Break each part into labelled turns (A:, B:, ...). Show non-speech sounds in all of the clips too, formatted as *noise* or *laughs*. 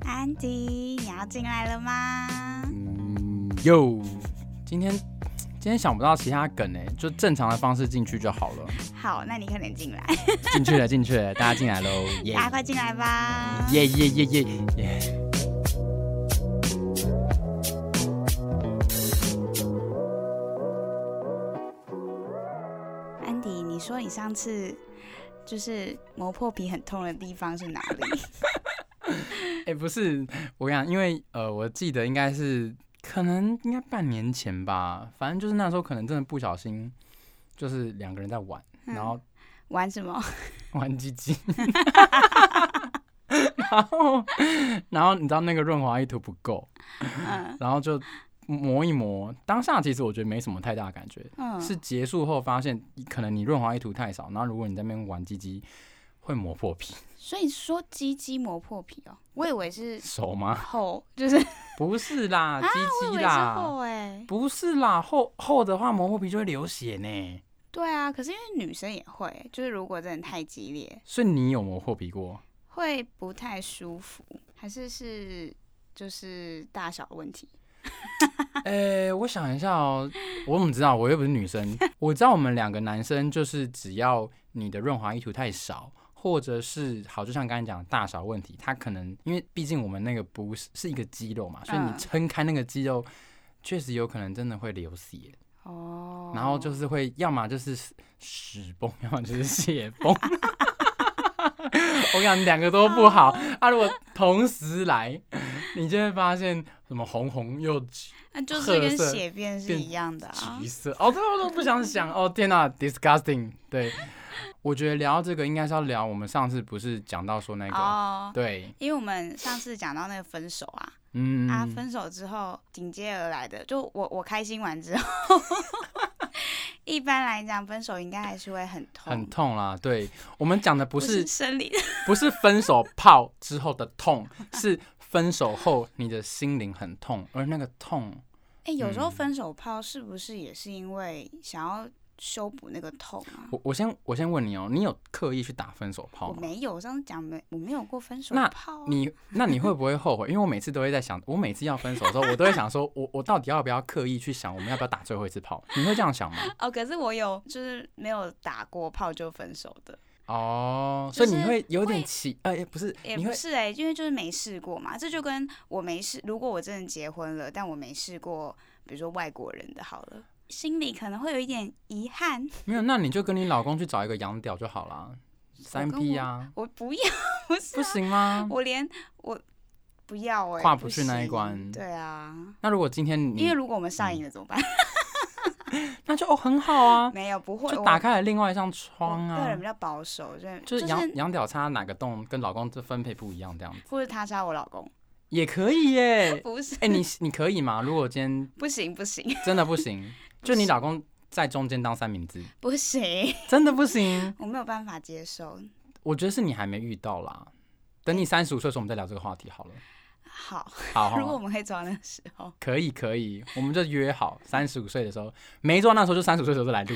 A: 安迪，你要进来了吗？
B: 嗯，哟，今天今天想不到其他梗哎，就正常的方式进去就好了。
A: 好，那你快点进来，
B: 进去了，进去了，大家进来喽！耶
A: 大家快进来吧。
B: 耶耶耶耶耶！
A: 安迪，你说你上次就是磨破皮很痛的地方是哪里？ *laughs*
B: 哎，不是，我跟你讲，因为呃，我记得应该是可能应该半年前吧，反正就是那时候可能真的不小心，就是两个人在玩，
A: 嗯
B: 然后
A: 玩什么？
B: 玩鸡鸡。然后，然后你知道那个润滑液涂不够，
A: 嗯
B: 然后就磨一磨。当下其实我觉得没什么太大的感觉，
A: 嗯，
B: 是结束后发现可能你润滑液涂太少，然后如果你在那边玩鸡鸡，会磨破皮。
A: 所以说鸡鸡磨破皮哦，我以为是
B: 手吗？
A: 厚，就是
B: *laughs* 不是啦，
A: 我
B: 鸡
A: 以
B: 鸡
A: 为是
B: 啦，
A: 厚哎、
B: 不是啦，厚厚的话磨破皮就会流血呢。
A: 对啊，可是因为女生也会，就是如果真的太激烈，
B: 所以你有磨破皮过？
A: 会不太舒服，还是是就是大小问题？
B: 诶、我想一下哦，我怎么知道？我又不是女生，我知道我们两个男生就是只要你的润滑液涂太少，或者是好，就像刚才讲的大小问题，它可能因为毕竟我们那个不是是一个肌肉嘛，所以你
A: 嗯
B: 撑开那个肌肉，确实有可能真的会流血，
A: 哦，
B: 然后就是会要么就是屎屎崩，要么就是血崩。 *laughs* 我讲两个都不好
A: 哦
B: 啊！如果同时来，你就会发现什么红红又橘 *laughs*
A: 那就是
B: 褐
A: 跟
B: 色
A: 血便是
B: 变
A: 一样的啊
B: 橘。色。哦，这我都不想想。哦，天哪、d i s g u s t i n g 对，我觉得聊到这个应该是要聊我们上次不是讲到说那个，
A: 哦，
B: 对，
A: 因为我们上次讲到那个分手啊，
B: 嗯，
A: 啊，分手之后紧接而来的，就我我开心完之后， *laughs* 一般来讲分手应该还是会很痛，
B: 很痛啦。对，我们讲的不
A: 不
B: 是
A: 生
B: *laughs*
A: 理的，
B: 不是分手炮之后的痛，是分手后你的心灵很痛，而那个痛，
A: 哎、有时候
B: 嗯
A: 分手炮是不是也是因为想要修补那个痛啊？
B: 我我先我先问你哦，你有刻意去打分手炮
A: 我
B: 吗？
A: 没有，我上次讲没，我没有过分手
B: 哦那
A: 炮、啊。
B: 你那你会不会后悔？因为我每次都会在想，我每次要分手的时候，我都会想说，我我到底要不要刻意去想，我们要不要打最后一次炮？你会这样想吗？
A: 哦，可是我有，就是没有打过炮就分手的，
B: 哦，
A: 就
B: 所以你
A: 是
B: 会有
A: 会
B: 点奇，呃，也不是，
A: 也
B: 你
A: 不
B: 会
A: 是哎、因为就是没试过嘛。这就跟我没试，如果我真的结婚了，但我没试过，比如说外国人的好了，心里可能会有一点遗憾。
B: 没有，那你就跟你老公去找一个洋屌就好啦。三
A: 跟
B: P
A: 我
B: 啊，
A: 我不要，不是
B: 不
A: 啊、
B: 行吗？
A: 我连我不要哎、
B: 跨不去那一
A: 行
B: 关
A: 对啊，
B: 那如果今天
A: 因
B: 你
A: 为，如果我们上瘾了怎么办？
B: 那就哦很好啊，
A: 没有，不会，
B: 就
A: 我
B: 打开了另外一扇窗
A: 我个人
B: 啊
A: 比，较保守，就是
B: 就
A: 就是是
B: 洋洋屌插哪个洞跟老公这分配不一样这样子
A: 或者他杀我老公，
B: 也可
A: *laughs*
B: 以耶。
A: 不是，
B: 哎，你你可以吗？如果今天
A: 不行不行
B: 真的
A: *laughs*
B: 不行，就你老公在中间当三明治，
A: 不行，
B: 真的不行。
A: 我没有办法接受。
B: 我觉得是你还没遇到啦，等你三十五岁的时候我们再聊这个话题好了。
A: 好，
B: 好，好
A: 如果
B: 好
A: 我们可以走到那个时候，
B: 可以可以，我们就约好三十五岁的时候，没做到那时候就三十五岁的时候 *laughs* 就来录，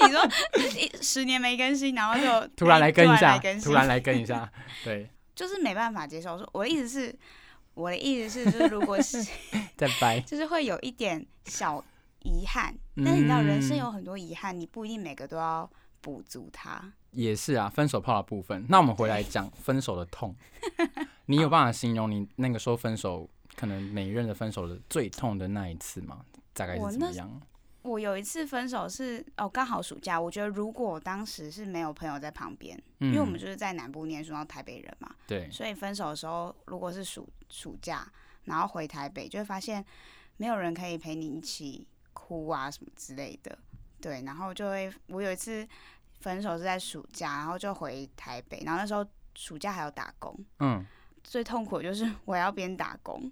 A: 你说一十年没更新，然后就
B: *laughs*
A: 哎
B: 突然来跟一
A: 突然来
B: 下
A: 更，新
B: 突然来跟一下， *laughs* 对，
A: 就是没办法接受。我说我的意思是，我的意思是，就是如果
B: *laughs*
A: 是。
B: 再掰
A: 就是会有一点小遗憾，但是你知道人生
B: 嗯
A: 有很多遗憾，你不一定每个都要补足它。
B: 也是啊，分手炮的部分。那我们回来讲分手的
A: *laughs*
B: 痛，你有办法形容你那个时候分手，可能每一任的分手的最痛的那一次吗？大概是
A: 我
B: 怎
A: 那
B: 么样？
A: 我有一次分手是哦，刚好暑假。我觉得如果我当时是没有朋友在旁边，
B: 嗯
A: 因为我们就是在南部念书，然后台北人嘛，
B: 对，
A: 所以分手的时候，如果是暑暑假，然后回台北，就会发现没有人可以陪你一起哭啊什么之类的。对，然后就会我有一次分手是在暑假，然后就回台北，然后那时候暑假还有打工，
B: 嗯，
A: 最痛苦的就是 *laughs* 我要边打工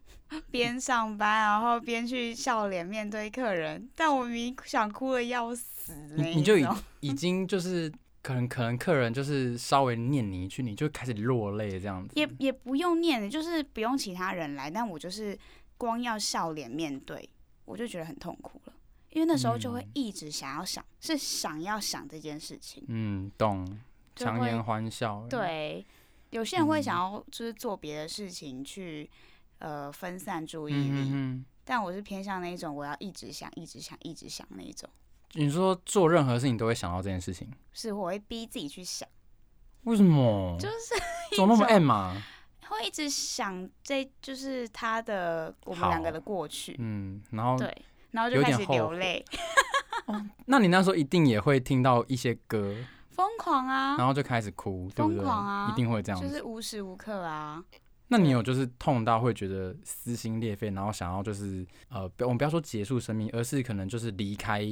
A: 边上班，然后边去笑脸面对客人，但我明明想哭的要死欸那
B: 你
A: 一
B: 你就已
A: 种
B: 已经就是可能可能客人就是稍微念你一句，你就开始落泪这样子。
A: 也也不用念，就是不用其他人来，但我就是光要笑脸面对，我就觉得很痛苦了，因为那时候就会
B: 嗯
A: 一直想要想，是想要想这件事情，
B: 嗯，懂，
A: 就
B: 强
A: 会
B: 颜欢笑。。
A: 对，有些人会想
B: 嗯
A: 要就是做别的事情去呃分散注意力，
B: 嗯嗯，
A: 但我是偏向那一种我要一直想、一直想、一直想那一种，
B: 你说做任何事情都会想到这件事情，
A: 是我会逼自己去想，
B: 为什么？
A: 就是
B: 怎么那么
A: 一种
B: M 啊？
A: *laughs* 会一直想这就是他的我们两个的过去，
B: 嗯，然后
A: 对，然后就
B: 有
A: 开
B: 点
A: 始
B: 后
A: 流
B: 悔
A: 泪，
B: 那你那时候一定也会听到一些歌，
A: 疯狂啊，
B: 然后就开始哭，对不
A: 疯
B: 对？
A: 狂啊
B: 一定会这样
A: 就
B: 子。
A: 是无时无刻啊，
B: 那你有就是痛到会觉得撕心裂肺，然后想要就是呃，不我们不要说结束生命，而是可能就是离开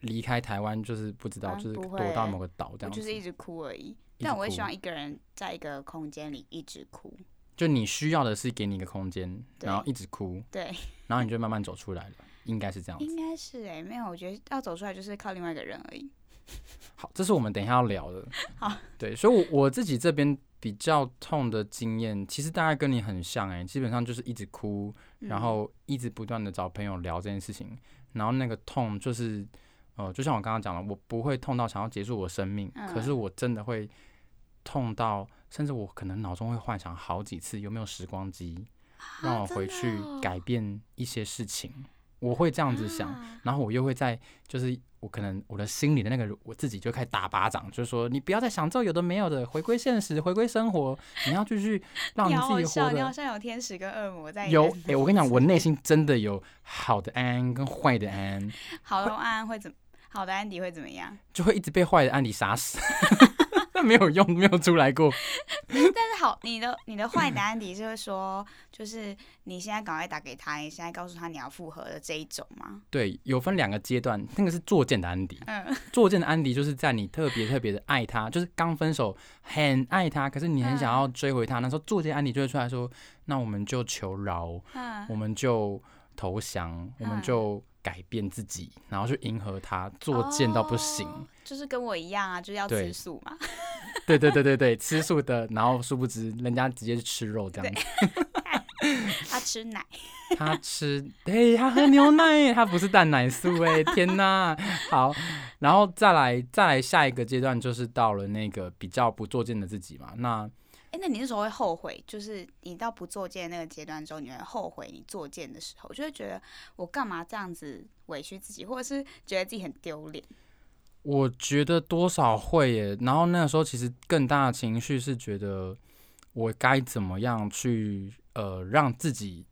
B: 离开台湾，就是不知道
A: 啊
B: 就是
A: 不
B: 躲
A: 会
B: 到
A: 欸
B: 某个岛这
A: 我
B: 样
A: 就
B: 子。
A: 是一直哭而已。
B: 直
A: 但我会希
B: 哭
A: 望一个人在一个空间里一直哭，
B: 就你需要的是给你一个空间，
A: 对
B: 然后一直哭，
A: 对，
B: 然后你就慢慢走出来了，应该是这样子。
A: 应该是哎、没有，我觉得要走出来就是靠另外一个人而已。
B: 好，这是我们等一下要聊的。
A: *laughs* 好，
B: 对，所以我，我自己这边比较痛的经验，其实大概跟你很像哎、基本上就是一直哭，然
A: 嗯
B: 后一直不断的找朋友聊这件事情，然后那个痛就是，呃，就像我刚刚讲了，我不会痛到想要结束我生命，可
A: 嗯
B: 是我真的会痛到，甚至我可能脑中会幻想好几次有没有时光机，
A: 啊
B: 让我回去改变一些事情，我会这样子想，
A: 哦啊
B: 然后我又会在就是。我可能我的心里的那个我自己就开始打巴掌，就是说你不要再想这有的没有的，回归现实，回归生活，你要继续让
A: 你
B: 你
A: 好
B: 自
A: 好
B: 己
A: 笑，
B: 活
A: 你
B: 得
A: 好像有天使跟恶魔在你的
B: 有，哎、我跟你讲，我内心真的有好的安安跟坏的安安，
A: 好的安安会怎么？好的安迪会怎么
B: *laughs*
A: 样？
B: 就会一直被坏的安迪杀死， *laughs* 那没有用，没有出来过。
A: 但是好，你的你的坏的安迪是会说，就是你现在赶快打给他，你现在告诉他你要复合的这一种吗？
B: 对，有分两个阶段，那个是作践的安迪，
A: 嗯，
B: 作践的安迪就是在你特别特别的爱他，就是刚分手很爱他，可是你很想要追回他，那时候作践安迪就会出来说，那我们就求饶，
A: 嗯
B: 我们就投降，我们
A: 嗯
B: 就改变自己，然后去迎合他，作践到不行。
A: 哦就是跟我一样啊，就是要
B: 对
A: 吃素嘛。 *laughs*
B: 对对对对对，吃素的，然后殊不知人家直接去吃肉这样子。
A: 他吃奶，
B: 他吃，哎、他喝牛奶耶，他不是蛋奶素哎，天哪！ *laughs* 好，然后再来再来下一个阶段就是到了那个比较不作践的自己嘛。那
A: 哎、那你那时候会后悔？就是你到不作践那个阶段之后，你会后悔你作践的时候，就会觉得我干嘛这样子委屈自己，或者是觉得自己很丢脸。
B: 我觉得多少会耶，然后那个时候其实更大的情绪是觉得我该怎么样去呃让自己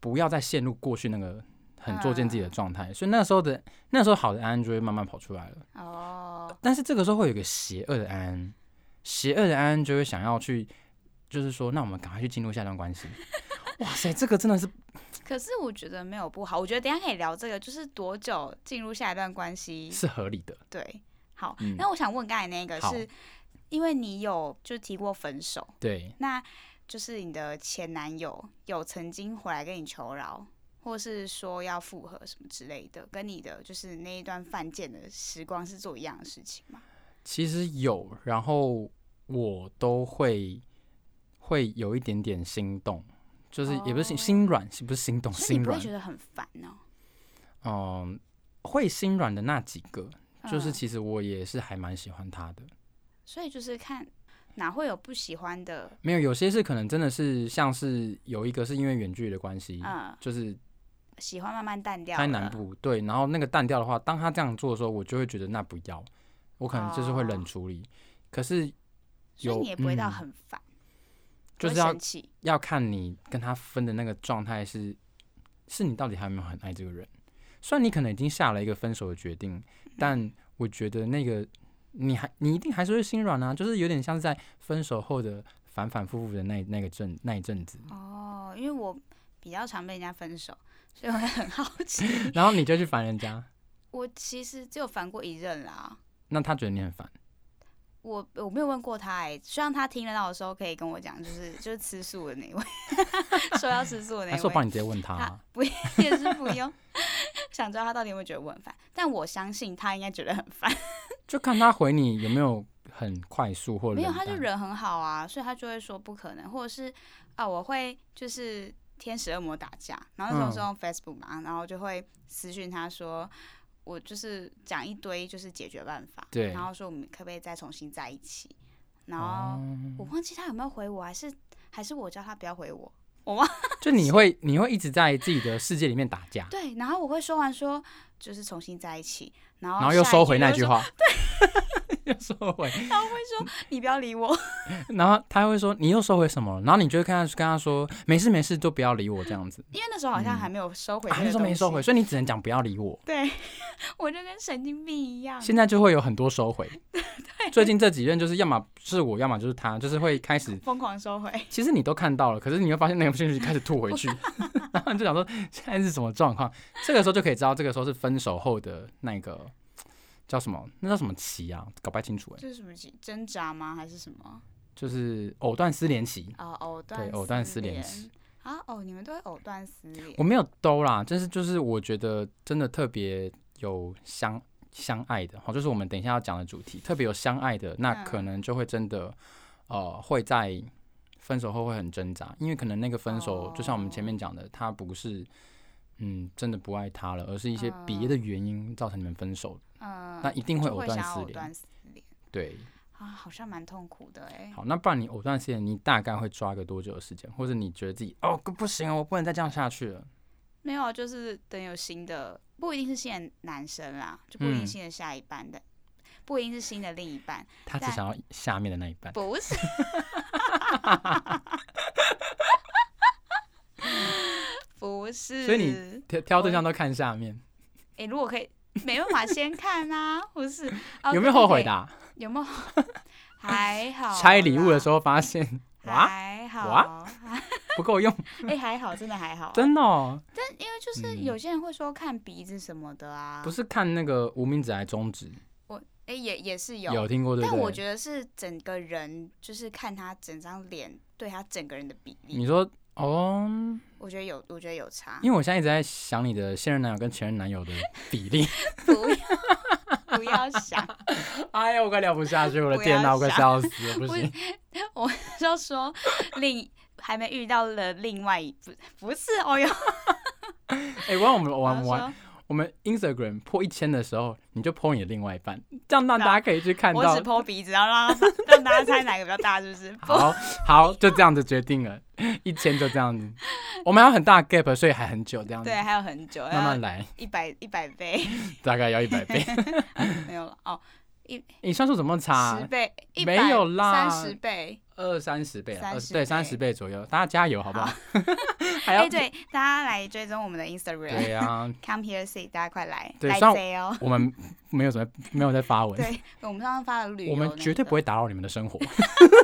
B: 不要再陷入过去那个很作践自己的状态，所以那时候的那时候好的安安就会慢慢跑出来了。
A: 哦，
B: 但是这个时候会有一个邪恶的安安，邪恶的安安就会想要去，就是说，那我们赶快去进入下一段关系。哇塞，这个真的是
A: 可是我觉得没有不好，我觉得等一下可以聊这个，就是多久进入下一段关系？
B: 是合理的。
A: 对，好。
B: 嗯
A: 那我想问刚才那个
B: 好
A: 是，因为你有就是提过分手，
B: 对，
A: 那就是你的前男友有曾经回来跟你求饶，或是说要复合什么之类的，跟你的就是那一段犯贱的时光是做一样的事情吗？
B: 其实有，然后我都会会有一点点心动，就是也不是
A: 哦
B: 心心软，是不是心动？
A: 所以
B: 心
A: 你不
B: 软
A: 会，觉得很烦哦呢、
B: 嗯，会心软的那几个，就是
A: 嗯
B: 其实我也是还蛮喜欢他的。
A: 所以就是看哪会有不喜欢的，
B: 没有，有些是可能真的是像是有一个是因为远距离的关系，
A: 嗯，
B: 就是
A: 喜欢慢慢淡掉了。
B: 开南部对，然后那个淡掉的话，当他这样做的时候，我就会觉得那不要，我可能就是会冷
A: 哦
B: 处理。可是
A: 所以
B: 有
A: 你也不会到
B: 嗯
A: 很烦，
B: 就
A: 不会
B: 是要
A: 生气。
B: 要看你跟他分的那个状态是，是你到底还有没有很爱这个人。虽然你可能已经下了一个分手的决定，但我觉得那个你还你一定还是会心软啊，就是有点像是在分手后的反反复复的那那个阵那一
A: *laughs*
B: 阵子，
A: 哦，因为我比较常被人家分手，所以我会很好奇。 *laughs*
B: 然后你就去烦人家，
A: 我其实只有烦过一任啦，
B: 那他觉得你很烦。
A: 我我没有问过他哎、希望他听得到的时候可以跟我讲，就是就是吃素的那一位， *laughs* 说要吃素的那
B: 他
A: 一
B: 说
A: 位，
B: 帮你直接问他啊、
A: 他不也是不用。 *laughs* 想知道他到底有没有觉得我很烦，但我相信他应该觉得很烦。
B: 就看他回你有没有很快速或者
A: 没有，
B: 冷
A: 他就
B: 淡
A: 人很好啊，所以他就会说不可能，或者是啊，我会就是天使恶魔打架，然后那种
B: 嗯
A: 是用 Facebook 嘛，然后就会私讯他说，我就是讲一堆就是解决办法，
B: 对
A: 然后说我们可不可以再重新在一起，然
B: 哦
A: 后我忘记他有没有回我，还是还是我叫他不要回我，我忘，
B: 就你会你会一直在自己的世界里面打架
A: 对，然后我会说完说就是重新在一起，然后
B: 然后又收回那
A: 哦句
B: 句
A: 话， *laughs*
B: 话，对， *laughs* 又收回，
A: 他会说你不要理我， *laughs*
B: 然后他会说你又收回什么了，然后你就会跟他跟他说没事没事，都不要理我这样子，
A: 因为那时候好像还没有收回
B: 啊
A: 这
B: 那
A: 个
B: 时
A: 东
B: 候
A: 西，
B: 没收回，所以你只能讲不要理我。
A: 对，我就跟神经病一样，
B: 现在就会有很多
A: *laughs*
B: 收回，最近这几任就是要么是我，要么就是他，就是会开
A: *laughs*
B: 始
A: 疯狂收回。
B: 其实你都看到了，可是你会发现那个讯息开始吐
A: *laughs*
B: 回去，然后你就想说现在是什么状况？这个时候就可以知道，这个时候是分手后的那个叫什么？那叫什么期啊？搞不太清楚哎、
A: 这是什么期挣扎吗？还是什么？
B: 就是藕断丝连期。
A: 啊、藕断
B: 对，藕断丝
A: 丝
B: 连
A: 连
B: 期。
A: 啊！哦，你们都会藕断丝连
B: 我没有兜啦，但是就是我觉得真的特别有相相爱的，好，就是我们等一下要讲的主题，特别有相爱的，那
A: 嗯
B: 可能就会真的呃会在分手后会很挣扎，因为可能那个分
A: 哦
B: 手、就像我们前面讲的，他不是嗯真的不爱他了，而是一些
A: 啊
B: 别的原因造成你们分手，
A: 嗯，
B: 那一定会
A: 就
B: 藕
A: 会
B: 断
A: 想要
B: 丝
A: 藕
B: 连。
A: 断丝连
B: 对，
A: 啊，好像蛮痛苦的哎、
B: 好，那不然你藕断丝连，你大概会抓个多久的时间，或者你觉得自己哦不行，我不能再这样下去了。
A: 没有，就是等有新的，不一定是新的男生啦，就不一定
B: 嗯
A: 新的下一半的，不一定是新的另一半，
B: 他只
A: 但
B: 想要下面的那一半。
A: 不是。不是，
B: 所以你挑挑对象都看下面，
A: 哎、如果可以，没办法先看啊，不是？哦
B: 有没有后悔
A: 可
B: 的、？啊？
A: 不可以有没有？还好。
B: *laughs* 拆礼物的时
A: 候，
B: 候发现
A: *laughs*
B: 哇
A: 还好。
B: 哇不够用，
A: 哎、还好，真的还好。
B: 真的、哦，
A: 但因为就是
B: 嗯
A: 有些人会说看鼻子什么的啊，
B: 不是看那个无名指还中指，
A: 我哎、也也是有，
B: 有听过对不
A: 但
B: 对？
A: 我觉得是整个人，就是看他整张脸对他整个人的比例，
B: 你说哦，
A: 我觉得有，我觉得有差。
B: 因为我现在一直在想你的现任男友跟前任男
A: *laughs*
B: 友的比例，
A: 不要不要想， *laughs*
B: 哎呀，我快聊不下去，我的
A: 不要
B: 天哪，我快
A: 想
B: 笑死了，不
A: 不
B: 行，
A: 我就说另还没遇到了另外一不不是，哦哟，
B: 哎，不然我们
A: 我
B: 玩
A: 要
B: 玩
A: 说
B: 我们 Instagram 破一千的时候，你就 po 你的另外一半，这样让大家可以去看
A: 我
B: 到
A: 只，剖鼻子，然后让他让大家猜哪个比较大，是不是？不，
B: 好好就这样子决定了，一千就这样子，我们还有很大的 gap，所以还很久这样
A: *laughs*
B: 子
A: 对，，还有很久，
B: 慢慢来，
A: 一百一百倍
B: 大概要一
A: *laughs*
B: 百倍。
A: 没有了哦，
B: 你算数怎么差
A: 十
B: 啊？
A: 倍，一
B: 没
A: 百
B: 有啦
A: 三十倍。
B: 二三十倍啊，
A: 30
B: 二十对三十
A: 倍
B: 倍左右，大家加油好不好？ *laughs* 还
A: 哎、
B: 要
A: 对，大家来追踪我们的 Instagram，Come
B: 对啊，
A: here see，大家快来
B: 对
A: 来
B: 虽然
A: Z 哦。
B: 我们没有在没有在发文，
A: 对， *laughs* 我们上次发的旅游
B: 我
A: 那个，
B: 们绝对不会打扰你们的生活，
A: *laughs*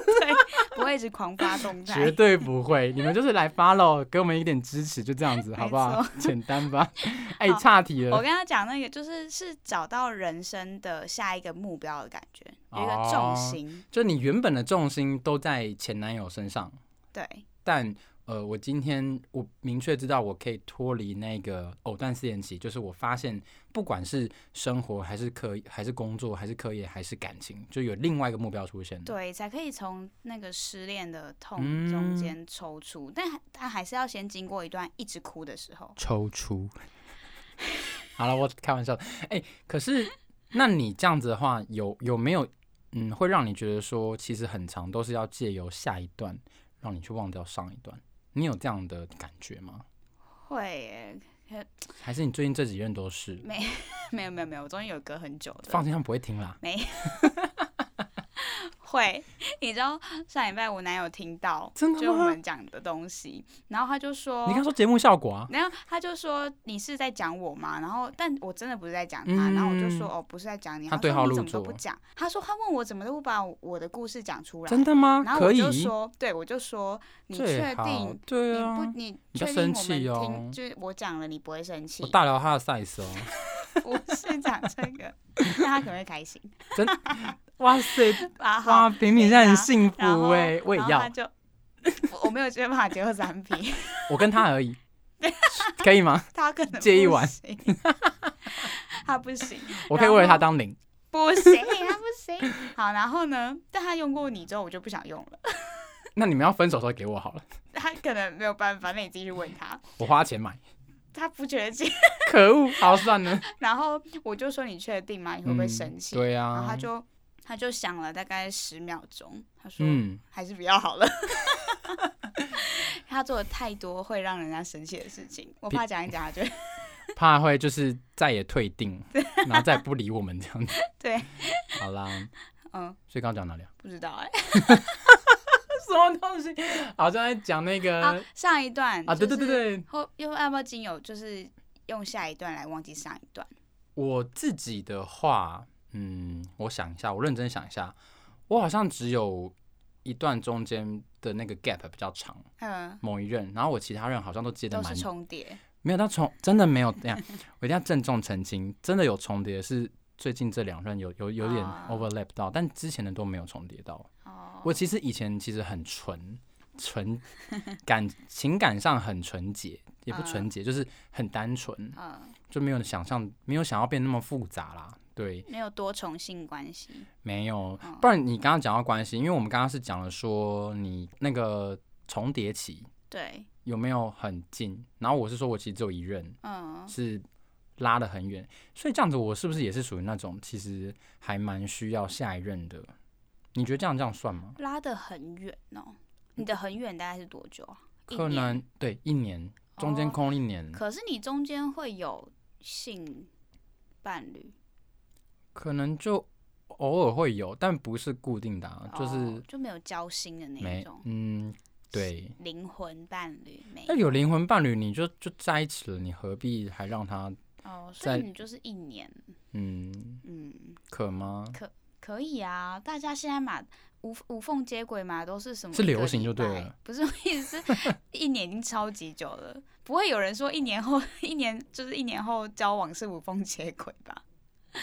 A: 不会一直狂发动态，
B: *laughs* 绝对不会。你们就是来发喽，给我们一点支持，就这样子
A: 没
B: 好不好？简单
A: *laughs*
B: 吧。哎，岔题
A: 我
B: 了，
A: 跟他讲那个，就是是找到人生的下一个目标的感觉，有一个
B: 哦
A: 重心。
B: 就你原本的重心都在前男友身上，
A: 对，
B: 但呃，我今天我明确知道我可以脱离那个藕断丝连期，就是我发现不管是生活还是课还是工作还是课业还是感情，就有另外一个目标出现。，
A: 对，才可以从那个失恋的
B: 嗯
A: 痛中间抽出，但还但还是要先经过一段一直哭的时候。
B: 抽出。 *laughs* 好了，我开玩笑的。哎、可是那你这样子的话，有有没有嗯，会让你觉得说，其实很长都是要借由下一段让你去忘掉上一段？你有这样的感觉吗？
A: 会耶， *laughs*
B: 还是你最近这几任都是？
A: 没有没有没有，我中间有隔很久
B: 放
A: 的。
B: 心，他们不会听啦。
A: 会，你知道上礼拜我男友听到，
B: 真的
A: 就我
B: 吗
A: 们讲的东西，然后他就说，
B: 你刚说节目效果啊？
A: 然后他就说你是在讲我吗？然后但我真的不是在讲他，
B: 嗯
A: 然后我就说哦不是在讲你，
B: 他
A: 说
B: 对号入
A: 你怎么都
B: 座
A: 不讲。他说他问我怎么都不把我的故事讲出来，
B: 真的吗？
A: 然后
B: 可
A: 我
B: 以，
A: 就说对，我就说你
B: 最
A: 确
B: 好
A: 定？
B: 对
A: 你不
B: 啊，
A: 你
B: 你
A: 确
B: 不要
A: 定我们
B: 生气哦
A: 听就是我讲了你不会生气
B: 我，大聊他的 size 哦。
A: *laughs* 不是讲这个，那他可能会开心
B: *laughs* 哇塞，
A: 啊好，
B: 哇，平平现在很幸
A: 然后
B: 福哎，我也
A: 然后他
B: 要，
A: 就我我没有觉得怕 *laughs* 结婚三批，
B: 我跟他
A: *laughs*
B: 而已，可以吗？
A: 他可能
B: 介意
A: 不
B: 玩
A: 行， *laughs* 他不行。
B: 我可以为了他当零。
A: 不
B: *laughs*
A: 行，他不行。好，然后呢？但他用过你之后，我就不想用了。
B: 那你们要分手的时候给我好了，
A: 他可能没有办法，那你继续问
B: *laughs*
A: 他，
B: 我花钱买。
A: 他不觉得这。
B: 可恶，好算了，
A: *laughs* 然后我就说你确定吗？你会不会生气？
B: 嗯对
A: 然后
B: 啊
A: 他，就他就想了大概十秒钟，他说、
B: 嗯，
A: 还是不要好了。 *laughs* 他做了太多会让人家生气的事情，我怕讲一讲他就会
B: 怕会就是再也退
A: *laughs*
B: 订，然后再也不理我们这样子。
A: 对，
B: 好啦，
A: 嗯，
B: 所以刚刚讲哪里啊？
A: 不知道哎、
B: *laughs* 什么东西？好像在讲那个
A: 好，上一段
B: 呃啊，对对对，对，
A: 后又要不要经由就是用下一段来忘记上一段？
B: 我自己的话，嗯，我想一下，我认真想一下，我好像只有一段中间的那个 gap 比较长，
A: 嗯，
B: 某一任，然后我其他任好像都接的
A: 都
B: 蛮
A: 是重叠。
B: 没有，到重真的没有这样，我一定要郑重澄清，真的有重叠是。最近这两任有有有点
A: 啊
B: overlap 到，但之前的都没有重叠到。
A: 哦，
B: 我其实以前其实很纯纯感情感上很纯洁，也不
A: 嗯
B: 纯洁，就是很单纯，
A: 嗯，
B: 就没有想象没有想要变那么复杂啦。对，
A: 没有多重性关系。
B: 没有
A: 嗯，
B: 不然你刚刚讲到关系，因为我们刚刚是讲了说你那个重叠期
A: 对，
B: 有没有很近，然后我是说我其实只有一任
A: 嗯，
B: 是拉得很远，所以这样子我是不是也是属于那种其实还蛮需要下一任的？你觉得这样这样算吗？
A: 拉得很远哦。你的很远大概是多久啊？一
B: 可
A: 年
B: 能对一年中间
A: 哦
B: 空一年，
A: 可是你中间会有性伴侣，
B: 可能就偶尔会有，但不是固定的、啊，就
A: 哦
B: 是
A: 就没有交心的那一
B: 没
A: 种
B: 嗯对。
A: 灵魂伴侣没
B: 那有灵魂伴侣，你就就在一起了，你何必还让他
A: 哦，所
B: 在
A: 以你就是一年，
B: 嗯，
A: 嗯，
B: 可吗？
A: 可以啊。大家现在嘛无无缝接轨嘛，都是什么
B: 是
A: 一个
B: 流行
A: 礼
B: 就对
A: 拜
B: 了，
A: 不是我意思是一年已经超级久了，不会有人说一年后一年就是一年后交往是无缝接轨吧？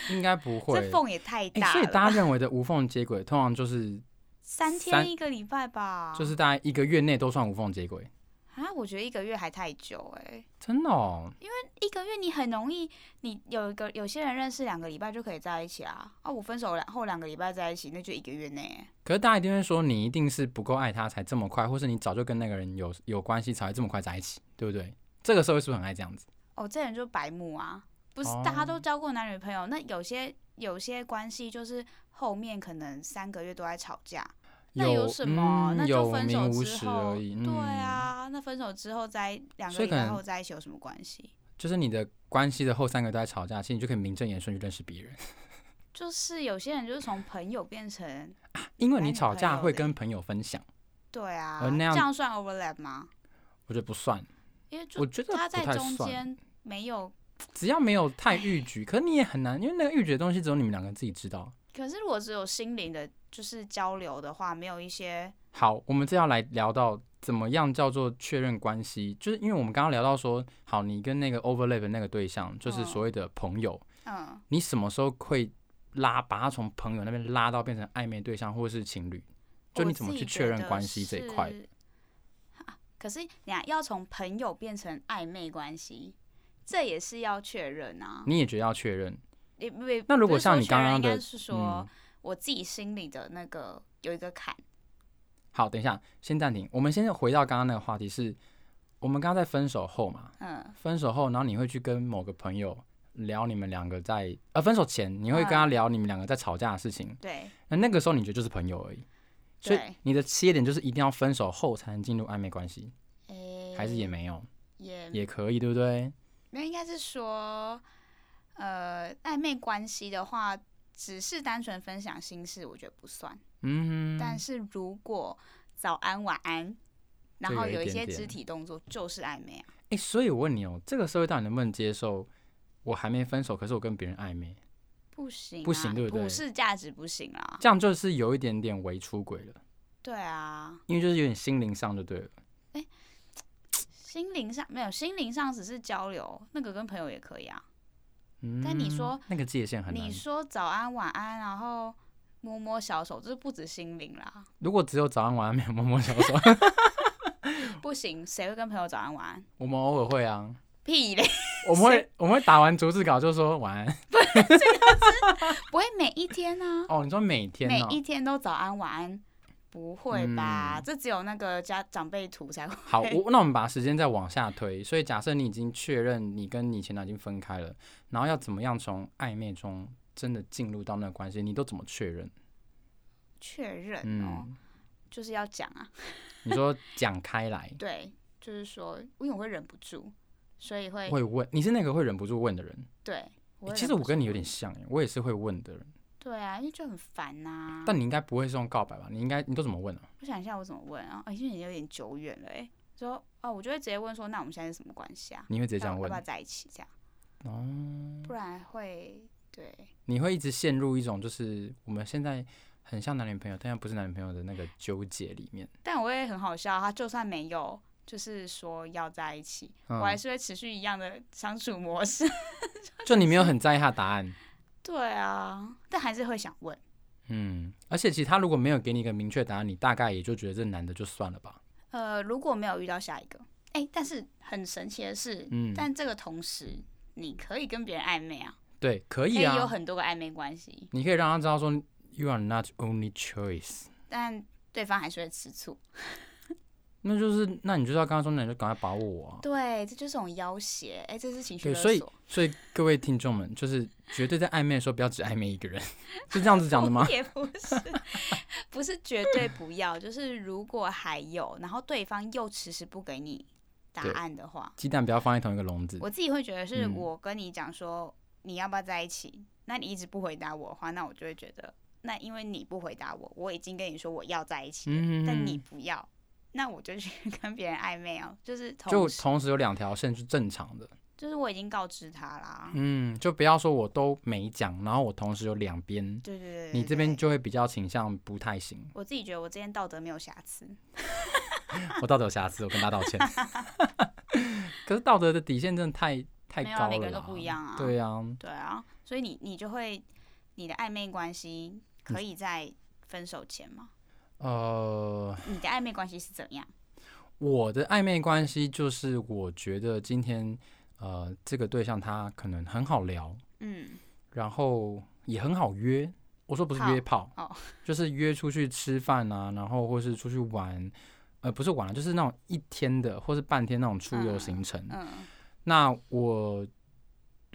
B: 应该不会
A: 这。缝也太
B: 诶
A: 大
B: 所以
A: 了吧，
B: 大家认为的无缝接轨，通
A: *laughs*
B: 常就是
A: 三
B: 三
A: 天一个礼拜吧，
B: 就是大概一个月内都算无缝接轨，
A: 啊，我觉得一个月还太久哎、
B: 真的哦。
A: 一个月你很容易，你有一个有些人认识两个礼拜就可以在一起啦。啊，我分手两后两个礼拜在一起，那就一个月内。
B: 可是大家一定会说，你一定是不够爱他才这么快，或是你早就跟那个人有有关系才会这么快在一起，对不对？这个社会是不是很爱这样子？
A: 哦，这人就白目啊，不是
B: 哦
A: 大家都交过男女朋友，那有些有些关系就是后面可能三个月都在吵架，那有什么？
B: 嗯、
A: 那就
B: 有
A: 分
B: 名
A: 手
B: 无
A: 之
B: 实
A: 后，
B: 而已。嗯、
A: 对，啊，那分手之后在两个
B: 所以
A: 礼拜
B: 可能
A: 后在一起有什么关系？
B: 就是你的关系的后三个都在吵架，其实你就可以名正言顺去认识别
A: *laughs*
B: 人，
A: 就是有些人就是从朋友变成，
B: 因为
A: 男
B: 你
A: 女
B: 吵架
A: 朋友
B: 会
A: 的
B: 跟朋友分享，
A: 对啊，
B: 而那样
A: 这样算 overlap 吗？
B: 我觉得不算，
A: 因为就
B: 我觉得
A: 他在
B: 不太
A: 中
B: 算。
A: 间没有
B: 只要没有太逾
A: *laughs*
B: 矩，可你也很难，因为那个逾矩的东西只有你们两个自己知道。
A: 可是如果只有心灵的，就是交流的话，没有一些
B: 好，我们这要来聊到怎么样叫做确认关系，就是因为我们刚刚聊到说，好，你跟那个 overlap 的那个对象，就是
A: 嗯
B: 所谓的朋友，
A: 嗯，
B: 你什么时候会拉把他从朋友那边拉到变成暧昧对象或者是情侣？就你怎么去确认关系这一块
A: 我自己觉得是？啊可是你要从朋友变成暧昧关系，这也是要确认啊。
B: 你也觉得要确认，
A: 也不也
B: 那如果
A: 不是说
B: 像你刚刚
A: 确认
B: 的
A: 应该是说
B: 嗯，
A: 我自己心里的那个有一个坎，
B: 好，等一下，先暂停。我们先回到刚刚那个话题是，我们刚刚在分手后嘛，
A: 嗯，
B: 分手后，然后你会去跟某个朋友聊你们两个在呃分手前，你会跟他聊你们两个在吵架的事情，
A: 对
B: 那那个时候你觉得就是朋友而已。所以
A: 对
B: 你的切点就是一定要分手后才能进入暧昧关系，
A: 诶
B: 还是也没有，
A: 也
B: 也可以，对不对？
A: 那应该是说，呃，暧昧关系的话，只是单纯分享心事，我觉得不算。
B: 嗯
A: 但
B: 哼，
A: 是如果早安晚安，然
B: 就
A: 后
B: 有一
A: 有一
B: 点
A: 些
B: 点
A: 肢体动作就是暧昧啊，
B: 哎，所以我问你哦，这个社会到底能不能接受我还没分手，可是我跟别人暧昧，
A: 不行、啊，
B: 不行对不对
A: 普世价值不行啦。
B: 这样就是有一点点为出轨了，
A: 对啊，
B: 因为就是有点心灵上就对了。
A: 心灵上没有，心灵上只是交流，那个跟朋友也可以啊。
B: 嗯
A: 但你说
B: 那个界限很难
A: 你。说早安晚安，然后摸摸小手，这不止心灵啦，
B: 如果只有早安晚安没有摸摸小
A: *laughs*
B: 手，
A: 不行，谁会跟朋友早安晚安？
B: 我们偶尔会啊，
A: 屁嘞， *laughs*
B: 我们会我们会打完逐字稿就说晚安。 *laughs*
A: 不会每一天啊，
B: 哦，你说每天
A: 每
B: 哦，
A: 一天都早安晚安。不会吧？
B: 嗯
A: 这只有那个家长辈图才会。
B: 好，我那我们把时间再往下推。所以假设你已经确认你跟你前男友已经分开了，然后要怎么样从暧昧中真的进入到那个关系，你都怎么确认？
A: 确认哦，
B: 嗯，
A: 就是要讲啊，
B: 你说讲
A: *laughs*
B: 开来
A: 对，就是说，因为我会忍不住，所以会
B: 会问，你是那个会忍不住问的人。
A: 对。我
B: 欸
A: 会
B: 其
A: 忍
B: 实我
A: 不
B: 跟
A: 住
B: 你有点像欸，我也是会问的人，
A: 对啊，因为就很烦呐、
B: 但你应该不会是用告白吧？你应该你都怎么问啊？
A: 我想一下，我怎么问啊？哦，因为已经有点久远了、欸，哎，说哦，我就会直接问说，那我们现在是什么关系啊？
B: 你会直接这
A: 要
B: 样
A: 要
B: 问
A: 不要在一起？这样，
B: 哦？
A: 不然会对
B: 你会一直陷入一种就是我们现在很像男女朋友，但又不是男女朋友的那个纠结里面。
A: 但我也很好笑，他就算没有，就是说要在一起，我还
B: 嗯，
A: 是会持续一样的相处模式。 *laughs*
B: 就你没有很在意他的答案，
A: 对啊，但还是会想问。
B: 嗯，而且其实他如果没有给你一个明确答案，你大概也就觉得这男的就算了吧。
A: 呃，如果没有遇到下一个，哎、但是很神奇的是，
B: 嗯
A: 但这个同时你可以跟别人暧昧啊，
B: 对，可
A: 可
B: 以
A: 以有
B: 啊，
A: 很多个暧昧关系，
B: 你可以让他知道说 you are not only choice，
A: 但对方还是会吃醋。
B: 那就是那你就是要跟他说，那你就赶快把握我啊。
A: 对，这就是种要挟，哎、这是情绪
B: 对，
A: 勒
B: 所以
A: 索。？
B: 所以各位听众们，就是绝对在暧昧的时候不要只暧昧一个人，是这样子讲的吗
A: *laughs* 也不是，不是绝对不要，就是如果还有，然后对方又迟迟不给你答
B: 对
A: 案的话，
B: 鸡蛋不要放在同一个笼子。
A: 我自己会觉得是
B: 嗯
A: 我跟你讲说你要不要在一起，那你一直不回答我的话，那我就会觉得，那因为你不回答我，我已经跟你说我要在一起了，
B: 嗯，
A: 但你不要，那我就去跟别人暧昧哦，就是
B: 就
A: 同时，
B: 同时有两条线是正常的，
A: 就是我已经告知他啦，
B: 嗯，就不要说我都没讲，然后我同时有两边，
A: 对对对，
B: 你
A: 对
B: 这边
A: 对
B: 就会比较倾向不太行。
A: 我自己觉得我这边道德没有瑕疵，
B: 我道德有瑕疵，我跟大家道歉。 *laughs* 可是道德的底线真的太太
A: 没有啊
B: 高了啦，
A: 每个人都不一样啊
B: 对啊，
A: 对啊，所以你你就会你的暧昧关系
B: 嗯
A: 可以在分手前吗？
B: 呃，
A: 你的暧昧关系是怎样？
B: 我的暧昧关系就是我觉得今天呃这个对象他可能很好聊，
A: 嗯，
B: 然后也很好约。我说不是
A: 炮
B: 约炮，
A: 哦
B: 就是约出去吃饭啊，然后或是出去玩，呃，不是玩啊，就是那种一天的或是半天那种出游行程。
A: 嗯
B: 那我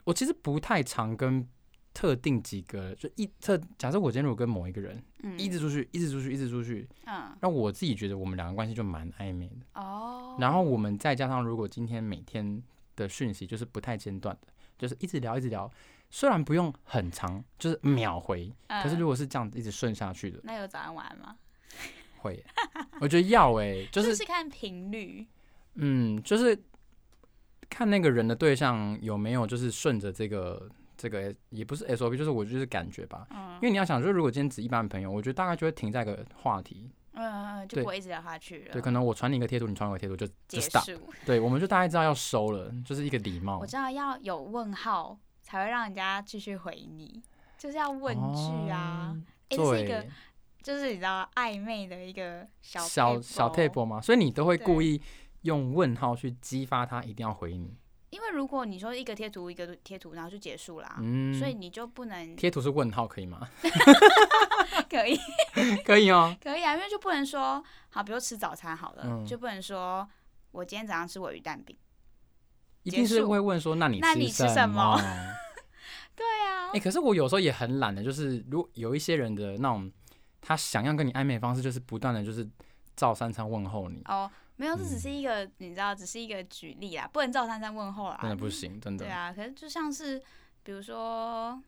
B: 我其实不太常跟特定几个，就一特假设我今天如果跟某一个人
A: 嗯
B: 一直出去，一直出去，一直出去，
A: 嗯
B: 那我自己觉得我们两个关系就蛮暧昧的。
A: 哦，
B: 然后我们再加上，如果今天每天的讯息就是不太间断的，就是一直聊一直聊，虽然不用很长，就是秒回，
A: 嗯
B: 可是如果是这样子一直顺下去的，
A: 那有早安晚安吗？
B: 会耶，我觉得要哎、就
A: 就是是看频率，
B: 嗯，就是看那个人的对象有没有就是顺着这个这个也不是 SOP，就是我就是感觉吧。
A: 嗯
B: 因为你要想，就是如果今天只一般的朋友，我觉得大概就会停在一个话题，
A: 嗯嗯，就
B: 对
A: 不会一直聊下去了。
B: 对，可能我传你一个贴图，你传我一个贴图就
A: 结
B: 就 stop，哦
A: 束。
B: 对，我们就大概知道要收了，就是一个礼貌
A: 我。知道要有问号才会让人家继续回你，就是要问句啊
B: 哦。
A: 诶这是一个
B: 对，
A: 就是你知道暧昧的一个小
B: 小小
A: paper 哦
B: table 嘛，所以你都会
A: 对
B: 故意用问号去激发他一定要回你。
A: 因为如果你说一个贴图一个贴图，然后就结束啦，
B: 嗯，
A: 啊所以你就不能
B: 贴图是问号可以吗？
A: *laughs*
B: *laughs*
A: 可以
B: 可以哦。
A: 可以啊，因为就不能说好，比如吃早餐好了，
B: 嗯
A: 就不能说我今天早上吃我鱼蛋饼。
B: 一定
A: 结
B: 是
A: 束
B: 会问说，那你
A: 那你吃
B: 吃
A: 什么
B: 么？ *laughs*
A: 对啊
B: 哎、，可是我有时候也很懒的，欸就是如果有一些人的那种，他想要跟你暧昧的方式，就是不断的就是照三餐问候你，
A: 哦，没有，这只
B: 嗯
A: 是一个、你知道，只是一个举例啦，不能照三餐问候啦。
B: 真的不行，真
A: 对
B: 的。
A: 啊，可是就像是比如说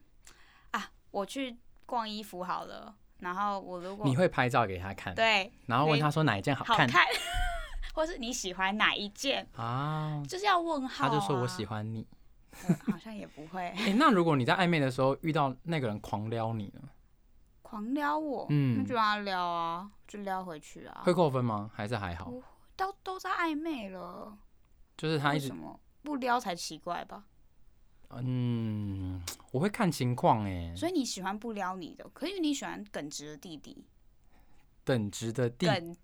A: 啊，我去逛衣服好了，然后我如果
B: 你会拍照给他看，
A: 对
B: 然后问
A: 没
B: 他说哪一件好
A: 好
B: 看
A: 看， *laughs* 或是你喜欢哪一件，
B: 啊？
A: 就是要问号、
B: 他
A: 啊。
B: 就说我喜欢你。
A: 嗯，好像也不会
B: 哎、那如果你在暧昧的时候遇到那个人狂撩你呢，
A: 狂撩我，
B: 嗯
A: 那就让他撩啊，就撩回去啊
B: 会，扣分吗？还是还好？
A: 都都在暧昧了，
B: 就是他
A: 为
B: 一直
A: 什么不撩才奇怪吧？
B: 嗯，我会看情况哎、
A: 所以你喜欢不撩你的，可是你喜欢耿直的弟弟，
B: 等值的地
A: 耿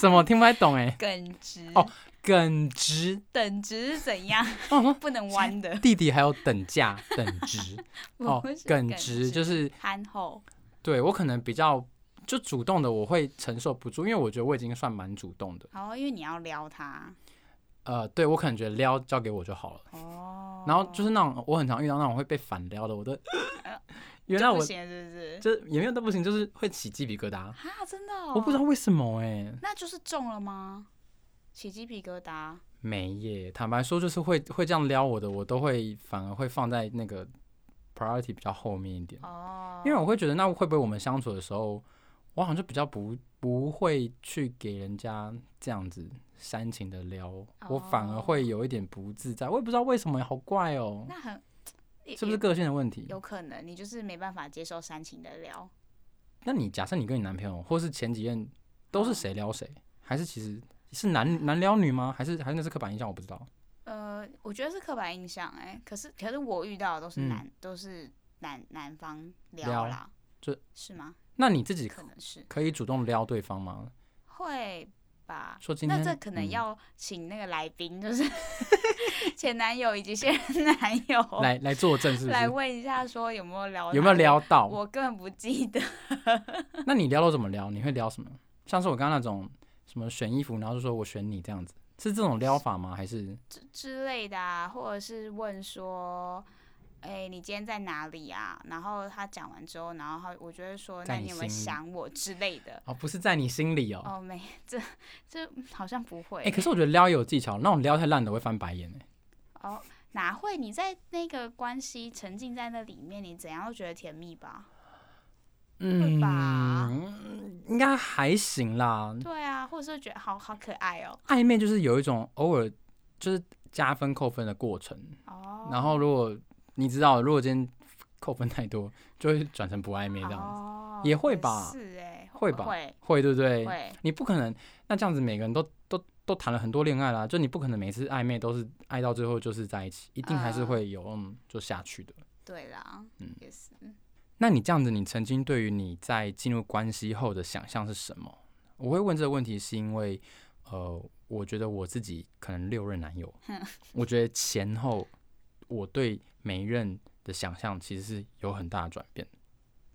B: 什么听不太懂哎、
A: 耿直
B: 哦耿直
A: 耿直是怎样？
B: *laughs* 哦，我说
A: 不能弯的，
B: 弟弟还有
A: *laughs*
B: 等价等值哦
A: 不是，
B: 耿直就是
A: 憨厚，
B: 对我可能比较就主动的，我会承受不住，因为我觉得我已经算蛮主动的。
A: 然后哦因为你要撩他
B: 呃，对我可能觉得撩交给我就好了。
A: 哦， *laughs*
B: 然后就是那种我很常遇到那种会被反撩的，我都原来
A: 就
B: 我
A: 不行是不是？
B: 就是也没有都不行，就是会起鸡皮疙瘩。
A: 啊，真的、哦？
B: 我不知道，为什么哎、欸，
A: 那就是中了吗？起鸡皮疙瘩，
B: 没耶。坦白说，就是会会这样撩我的，我都会反而会放在那个 priority 比较后面一点，
A: 哦，
B: 因为我会觉得那会不会我们相处的时候，我好像就比较不不会去给人家这样子煽情的撩，我反而会有一点不自在。我也不知道为什么，好怪哦、
A: 哦那很也
B: 是不是个性的问题
A: 也？有可能？你就是没办法接受煽情的聊，
B: 那你假设你跟你男朋友或是前几任都是
A: 嗯
B: 谁撩谁，还是其实是男男撩女吗？还是还是那是刻板印象？我不知道。
A: 呃，我觉得是刻板印象哎、可是可是我遇到的都是
B: 嗯
A: 男、都是男男方撩
B: 撩
A: 啦，
B: 这
A: 是吗？
B: 那你自己
A: 可能是
B: 可以主动撩对方吗？
A: 会吧。
B: 说今天
A: 那
B: 嗯
A: 这可能、要请那个来宾，就是 *laughs* 前男友以及现 *laughs* 男友
B: 嗯来来作证，是不
A: 来
B: 是？
A: 问一下，说有没有聊
B: 有没有
A: 到？
B: 撩到？
A: 我根本不记得。
B: *laughs* 那你撩都怎么撩？你会撩什么？像是我刚刚那种什么选衣服，然后就说我选你这样子，是这种撩法吗？还是
A: 之之类的啊，或者是问说，哎、你今天在哪里啊？然后他讲完之后，然后他我就会说，
B: 在
A: 那
B: 你
A: 你有没有
B: 心里
A: 想我之类的？
B: 哦，不是在你心里哦？哎、
A: 哦，没，这这好像不会、
B: 可是我觉得撩有技巧，那种撩太烂的我会翻白眼哎、
A: 哦，哪会？你在那个关系沉浸在那里面，你怎样都觉得甜蜜吧？会吧
B: 嗯，应该还行啦。
A: 对啊，或者是觉得好好可爱哦。
B: 暧昧就是有一种偶尔就是加分扣分的过程，
A: 哦，
B: 然后如果你知道，如果今天扣分太多，就会转成不暧昧这样子，
A: 哦
B: 也会吧
A: 是哎、
B: 会吧
A: 会
B: 会对不对？
A: 会，
B: 你不可能，那这样子每个人都都都谈了很多恋爱啦，就你不可能每次暧昧都是爱到最后就是在一起，一定还是
A: 嗯
B: 会有嗯就下去的。
A: 对啦，
B: 嗯
A: 也是。
B: 那你这样子，你曾经对于你在进入关系后的想象是什么？我会问这个问题，是因为呃，我觉得我自己可能六任男友，我觉得前后我对每一任的想象其实是有很大的转变。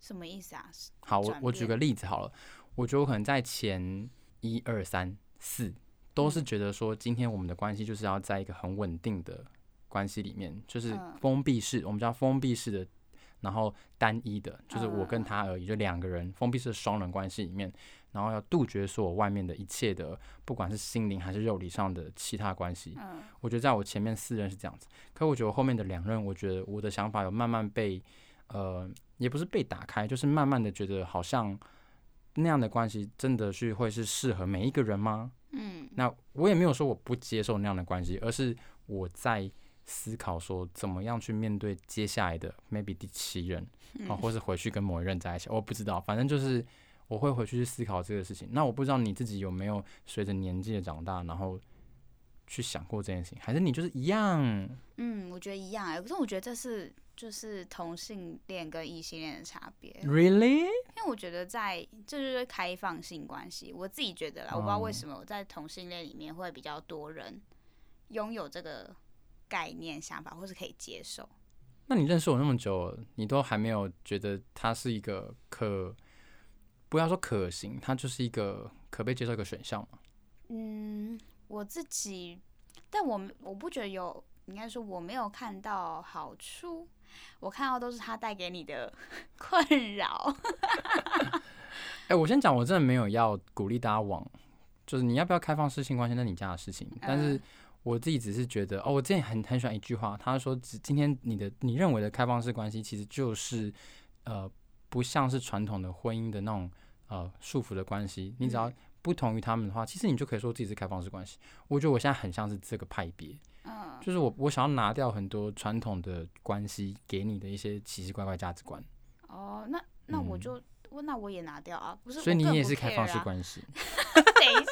A: 什么意思啊？是
B: 好，我
A: 转
B: 我举
A: 变
B: 个例子好了，我觉得我可能在前一二三四都
A: 嗯
B: 是觉得说，今天我们的关系就是要在一个很稳定的关系里面，就是
A: 嗯
B: 封闭式，我们叫封闭式的，然后单一的，就是我跟
A: 嗯
B: 他而已，就两个人封闭式的双人关系里面，然后要杜绝所有外面的一切的，不管是心灵还是肉体上的其他关系。
A: 嗯
B: 我觉得在我前面四任是这样子，可我觉得我后面的两任，我觉得我的想法有慢慢被，呃，也不是被打开，就是慢慢的觉得好像那样的关系真的是会是适合每一个人吗？
A: 嗯，
B: 那我也没有说我不接受那样的关系，而是我在思考说怎么样去面对接下来的 maybe 第七任啊，或是回去跟某一任在一起，我不知道，反正就是我会回去去思考这个事情。那我不知道你自己有没有随着年纪的长大，然后去想过这件事情，还是你就是一样？
A: 嗯，我觉得一样哎、可是我觉得这是就是同性恋跟异性恋的差别，
B: 嗯
A: 因
B: Really？
A: 为我觉得在这就是开放性关系，我自己觉得啦，我不知道为
B: 哦
A: 什么我在同性恋里面会比较多人拥有这个概念、想法，或是可以接受。
B: 那你认识我那么久，你都还没有觉得它是一个可，不要说可行，它就是一个可被接受一个选项嘛？
A: 嗯，我自己，但我没我不觉得有，应该说我没有看到好处，我看到都是它带给你的 *laughs* 困扰。
B: 哎、我先讲，我真的没有要鼓励大家往，就是你要不要开放式性关系，那你家的事情。但是
A: 嗯
B: 我自己只是觉得，哦，我之前很很喜欢一句话，他说，只今天你的你认为的开放式关系，其实就是呃，不像是传统的婚姻的那种呃束缚的关系。你只
A: 嗯
B: 要不同于他们的话，其实你就可以说自己是开放式关系。我觉得我现在很像是这个派别，
A: 嗯，
B: 就是我我想要拿掉很多传统的关系给你的一些奇奇怪怪价值观，
A: 哦，那那我
B: 嗯
A: 就、我那我也拿掉啊，不是？
B: 所以
A: 我
B: 你
A: 根本
B: 也
A: 不
B: 是开放
A: care
B: 式
A: 啊。
B: 关系，
A: 等一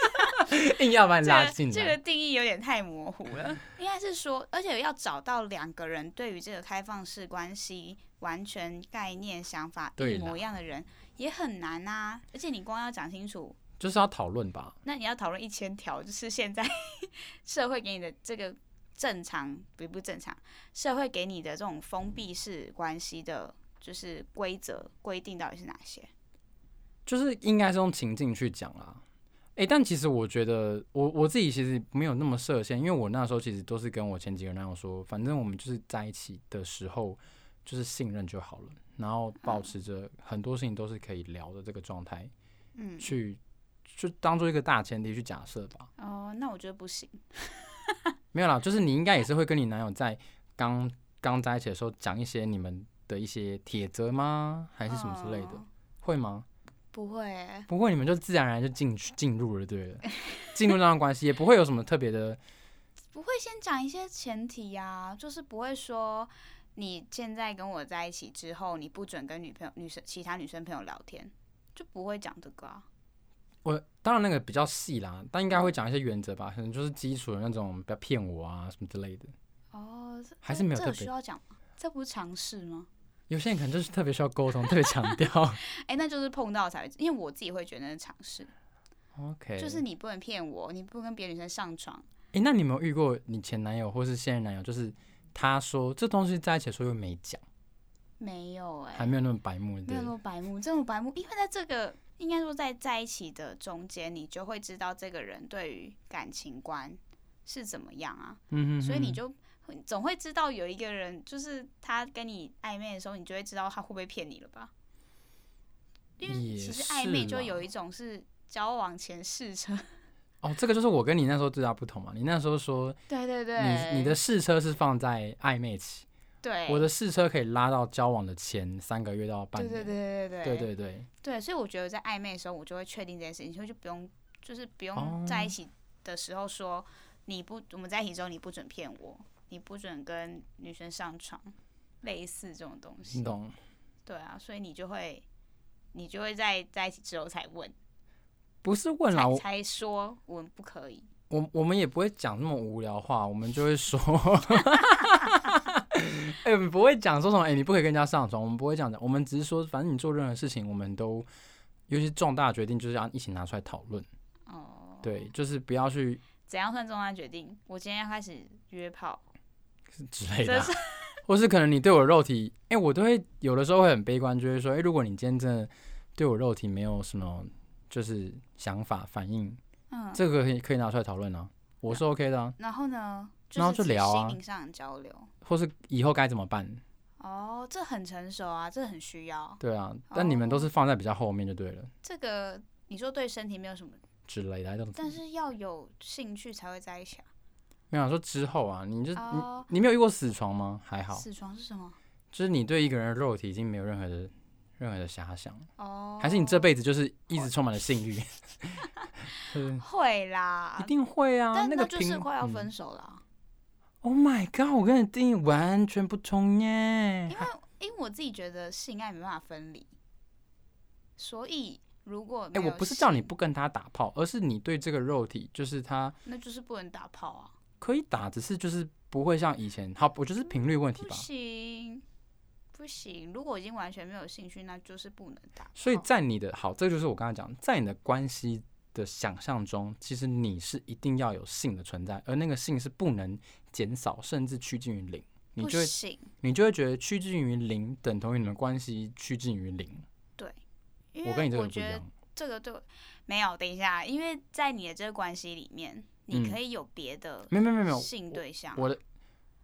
A: 下，
B: 硬要把你 *laughs* 拉
A: 这
B: 进
A: 个
B: 来。
A: 这个定义有点太模糊了。
B: *laughs*
A: 应该是说，而且要找到两个人对于这个开放式关系完全概念、想法
B: 对
A: 一
B: 啦
A: 模一样的人也很难啊。而且你光要讲清楚，
B: 就是要讨论吧。
A: 那你要讨论一千条，就是现在 *laughs* 社会给你的这个正常不不正常，社会给你的这种封闭式关系的，就是规则规定到底是哪些？
B: 就是应该是用情境去讲啦。诶，但其实我觉得我我自己其实没有那么设限，因为我那时候其实都是跟我前几个男友说，反正我们就是在一起的时候就是信任就好了，然后保持着很多事情都是可以聊的这个状态，
A: 嗯，
B: 去就当做一个大前提去假设吧。
A: 哦，那我觉得不行。
B: 没有啦，就是你应该也是会跟你男友在刚刚在一起的时候讲一些你们的一些铁则吗？还是什么之类的？
A: 哦
B: 会吗？
A: 不会欸，
B: 不过你们就自然而然就进去进入了，对了， *laughs* 进入那段关系也不会有什么特别的，
A: 不会先讲一些前提呀、就是不会说你现在跟我在一起之后，你不准跟女朋友、女生、其他女生朋友聊天，就不会讲这个啊。
B: 我当然那个比较细啦，但应该会讲一些原则吧，可能就是基础的那种，不要骗我啊什么之类的。
A: 哦，这
B: 还是没有
A: 这
B: 特
A: 有
B: 别
A: 需要讲吗？这不是尝试吗？
B: 有些人可能就是特别需要沟通，特别强
A: *laughs*
B: 调。
A: 哎、那就是碰到才会，因为我自己会觉得那是尝试，
B: OK，
A: 就是你不能骗我，你不跟别的女生上床，
B: 诶，那你有没有遇过你前男友或是现任男友，就是他说这东西在一起的时候又没讲，
A: 没有哎、
B: 还没有那么白目，
A: 没
B: 对
A: 有那么白目，这种白目，因为在这个应该说在在一起的中间，你就会知道这个人对于感情观是怎么样啊，
B: 嗯哼哼
A: 所以你就会总会知道有一个人，就是他跟你暧昧的时候，你就会知道他会不会骗你了吧？因为
B: 也
A: 其实暧昧
B: 是
A: 就
B: 啦
A: 有一种是交往前试车，
B: *laughs* 哦，这个就是我跟你那时候最大不同嘛。你那时候说
A: 对对对，
B: 你你的试车是放在暧昧期，
A: 对，
B: 我的试车可以拉到交往的前三个月到半
A: 对
B: 年。
A: 对对对对
B: 对对对
A: 对，所以我觉得在暧昧的时候，我就会确定这件事情，所以就不用就是不
B: 哦
A: 用在一起的时候说、你不我们在一起之后你不准骗我，你不准跟女生上床，类似这种东
B: 你
A: 西。
B: 懂。
A: 对啊，所以你就会你就会在在一起之后才问，
B: 不是问啦，
A: 才
B: 我
A: 才说我们不可以。
B: 我我们也不会讲那么无聊话，我们就会说， *laughs* 哎、我们不会讲说什么，哎、你不可以跟人家上床，我们不会这样讲，我们只是说，反正你做任何事情，我们都，尤其是重大决定，就是要一起拿出来讨论，
A: 哦，
B: 对，就是不要去 *laughs*
A: 怎样算重大决定？我今天要开始约炮，
B: 之类的
A: 这
B: 啊、
A: 是
B: 或是可能你对我的肉体，哎、我都会有的时候会很悲观，就会说，哎、如果你今天真的对我肉体没有什么就是想法反应，
A: 嗯，
B: 这个可以可以拿出来讨论啊，我是 OK 的啊，
A: 然后呢？
B: 然后
A: 是
B: 就
A: 指
B: 聊啊
A: 心灵上的交流。
B: 或是以后该怎么办，
A: 哦，这很成熟啊，这很需要。
B: 对啊，但你们
A: 哦
B: 都是放在比较后面就对了。
A: 这个你说对身体没有什么，
B: 之类的，
A: 但是要有兴趣才会在一起
B: 没有啊说之后啊，你就、
A: 啊。
B: 你
A: 哦，
B: 你没有遇过死床吗？还好，
A: 死床是什么？
B: 就是你对一个人的肉体已经没有任何的任何的遐想，
A: 哦，
B: 还是你这辈子就是一直充满了
A: *laughs*
B: 性欲？ *laughs* 就是
A: 会啦
B: 一，定会啊，
A: 但
B: 那个
A: 就
B: 频
A: 是快要
B: 嗯
A: 分手啊啦。
B: Oh my god！我跟你定义完全不同耶
A: 因。为因为我自己觉得性爱没办法分离，所以如果
B: 哎、
A: 没有
B: 我不是叫你
A: 性，
B: 不跟他打炮，而是你对这个肉体，就是他
A: 那就是不能打炮啊，
B: 可以打，只是就是不会像以前好，我就是频率问题
A: 不
B: 吧。
A: 行不行。如果已经完全没有兴趣，那就是不能打炮。
B: 所以在你的好，这就是我刚才讲，在你的关系的想象中，其实你是一定要有性的存在，而那个性是不能减少，甚至趋近于零。你
A: 不
B: 就会
A: 行，
B: 你就会觉得趋近于零等同于你们关系趋近于零。
A: 因
B: 我跟你
A: 为
B: 这个
A: 我
B: 不一
A: 觉得
B: 样。
A: 这个对我没有，等一下，因为在你的这个关系里面，你
B: 嗯
A: 可以有别的
B: 没有没有没有没有，
A: 性对象。
B: 我的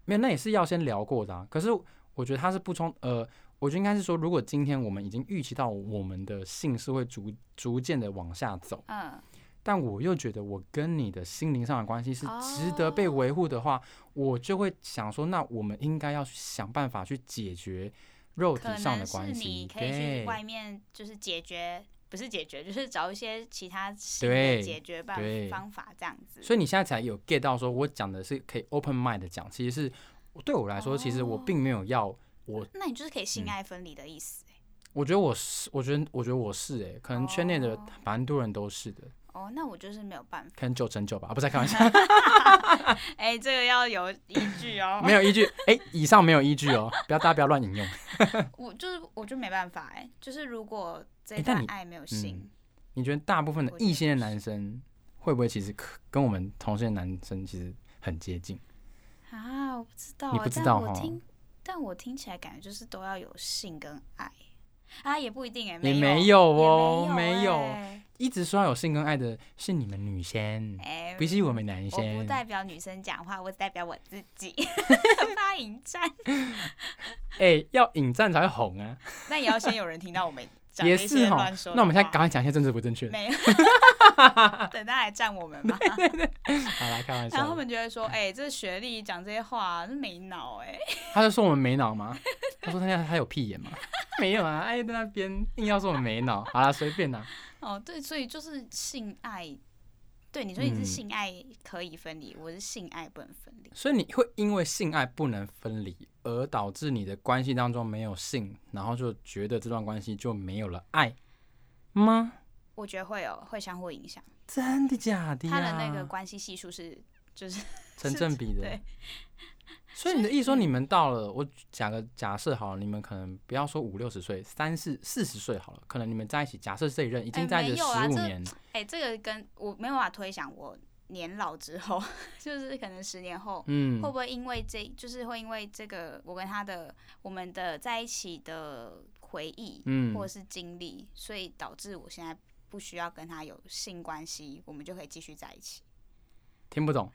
B: 没有，那也是要先聊过的、啊。可是我觉得他是不冲，呃，我觉得应该是说，如果今天我们已经预期到我们的性是会逐逐渐的往下走，
A: 嗯，
B: 但我又觉得我跟你的心灵上的关系是值得
A: 哦
B: 被维护的话，我就会想说，那我们应该要去想办法去解决肉体
A: 可
B: 上
A: 能
B: 的
A: 是
B: 关
A: 你
B: 系。
A: 可以去
B: 对，
A: 外面就是解决，不是解决，就是找一些其他新
B: 对
A: 的解决办
B: 对
A: 方法这样子。
B: 所以你现在才有 get 到，说我讲的是可以 open mind 的讲，其实是对我来说，其实我
A: 哦
B: 并没有要我，
A: 那你就是可以性
B: 嗯
A: 爱分离的意思欸、
B: 我觉得我是，我觉得我觉得我是诶、可能圈内的
A: 哦
B: 蛮多人都是的，
A: 哦，那我就是没有办法。
B: 可能九成九吧，啊不是在开玩笑， *laughs*
A: 哎、这个要有依据哦
B: 没。有依据，哎、以上没有依据哦，不要大家不要乱引用。
A: 我就是我就没办法哎、就是如果这
B: 哎但
A: 段
B: 你
A: 爱没有
B: 嗯
A: 性，
B: 你觉得大部分的
A: 我觉
B: 异
A: 得
B: 性的
A: 是
B: 男生会不会其实可跟我们同性的男生其实很接近？
A: 啊，我不知道、啊，
B: 你不知道
A: 但
B: 哈
A: 我听，但我听起来感觉就是都要有性跟爱啊，也不一定哎、
B: 也
A: 没
B: 没有
A: 也
B: 哦
A: 没
B: 没有
A: 哎
B: 一直说要有性跟爱的是你们女生，
A: 哎、
B: 不是我们男
A: 我不
B: 生。
A: 代表女生讲话，我代表我自己， *laughs* 很怕引战。
B: 哎、要引战才会红啊，
A: 那也要先有人听到我们讲
B: 也
A: 一些
B: 是哈
A: 乱说。的
B: 那我们现在
A: 话
B: 赶快讲一些政治不正确的。
A: 没有，
B: *laughs*
A: 等他来赞我们嘛。
B: 好啦，开
A: 然后他
B: 玩笑的。
A: 们就会
B: *laughs*
A: 说：“哎、这学历讲这些话，这没脑哎、
B: 他就说我们没脑吗？他说他现在他有屁眼吗？ *laughs* 没有啊，哎，在那边硬要说我们没脑。好啦，随便啦。
A: 哦，对，所以就是性爱，对你说你是
B: 嗯
A: 性爱可以分离，我是性爱不能分离。
B: 所以你会因为性爱不能分离，而导致你的关系当中没有性，然后就觉得这段关系就没有了爱吗？
A: 我觉得会有会相互影响，
B: 真的假的、呀
A: 他的那个关系系数是就是
B: 成正比的
A: 对。
B: 所以你的意思说，你们到了，我假个假设好了，你们可能不要说五六十岁，三四四十岁好了，可能你们在一起，假设这一任已
A: 哎
B: 经在一起
A: 没
B: 十
A: 有啊
B: 五
A: 这
B: 年，
A: 哎、这个跟我没有办法推想我年老之后， *laughs* 就是可能十年后。
B: 嗯
A: 会，不会因为这，就是会因为这个，我跟他的我们的在一起的回忆，
B: 嗯
A: 或者是经历，所以导致我现在不需要跟他有性关系，我们就可以继续在一起。
B: 听不懂。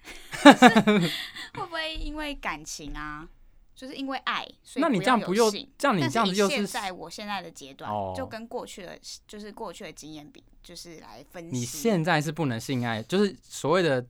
A: 会不会因为感情啊，就是因为爱，所以
B: 那你
A: 不
B: 这样
A: 要
B: 不
A: 有
B: 又
A: 性
B: 这样，你
A: 但
B: 这样
A: 是
B: 子
A: 以
B: 又
A: 现
B: 是
A: 在我现在的阶段，
B: 哦
A: 就跟过去的，就是过去的经验比，就是来分析。
B: 你现在是不能性爱，就是所谓的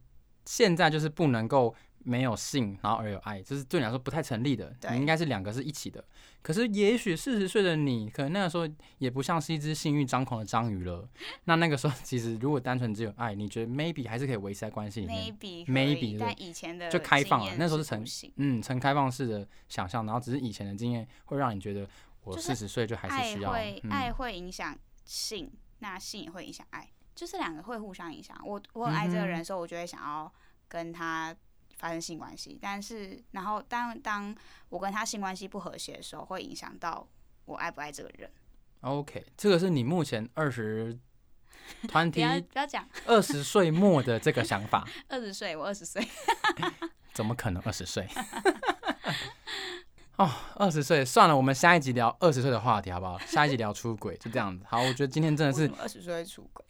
B: 现在就是不能够没有性，然后而有爱，这是对你来说不太成立的。
A: 对
B: 你应该是两个是一起的。可是也许四十岁的你，可能那个时候也不像是一只性欲张狂的章鱼了。那那个时候其实如果单纯只有爱，你觉得 maybe 还是可以维持在关系里面。
A: maybe 可
B: maybe，
A: 以
B: 对
A: 但以前的
B: 就开放了
A: 经验
B: 那时候
A: 是
B: 是成
A: 不行
B: 嗯，呈开放式的想象，然后只是以前的经验会让你觉得我
A: 就是
B: 四十岁就还是
A: 爱
B: 需要。
A: 会、
B: 嗯、
A: 爱会影响性，那性也会影响爱，就是两个会互相影响。我我
B: 嗯
A: 很爱这个人的时候，我就会想要跟他发生性关系，但是然后当当我跟他性关系不和谐的时候，会影响到我爱不爱这个人。
B: OK，这个是你目前
A: *laughs*
B: 二十团
A: 不
B: 体
A: 要不要讲
B: 二十岁末的这个想法。
A: 二十岁，我二十岁，
B: 怎么可能二十岁？ *laughs* 哦，二十岁算了，我们下一集聊二十岁的话题好不好？下一集聊出轨，就这样子。好，我觉得今天真的
A: 为
B: 是
A: 什么二十岁会出轨？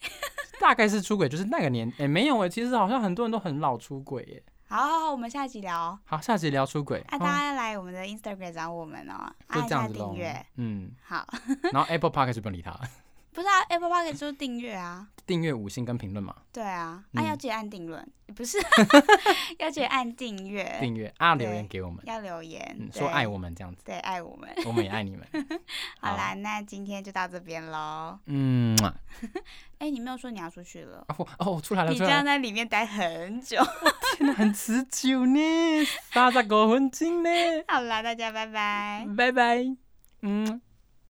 B: 大概是出轨，就是那个年，哎、没有哎、其实好像很多人都很老出轨耶。
A: 好好好，我们下一集聊哦。
B: 好，下集聊出轨，
A: 啊，大
B: 哦
A: 家来我们的 Instagram 找我们哦，
B: 就
A: 按一
B: 这样
A: 下
B: 子喽
A: 订阅。。
B: 嗯，
A: 好，
B: 然后 Apple Podcast 不用理他， *laughs*
A: 不是啊，Apple Park 就是订阅啊。
B: 订阅五星跟评论嘛，
A: 对啊，
B: 嗯
A: 啊要记得按定论，不
B: *laughs*
A: 是要记得按订阅，
B: 订阅啊，
A: 对
B: 留言给我们，
A: 要留言，
B: 嗯，
A: 对
B: 说爱，我们这样
A: *laughs*
B: 子，
A: 对，爱我们。
B: 我们也爱你们。
A: 好
B: 好
A: 啦，那今天就到这边喽。
B: 嗯，啊
A: 哎、你没有说你要出去了，
B: 哦哦，我出来了，
A: 你
B: 出
A: 这
B: 来了
A: 样。在里面待很久。 *laughs*
B: *laughs* 很持久呢，三十五分钟呢。
A: 好啦，大家拜拜。
B: 拜拜，嗯。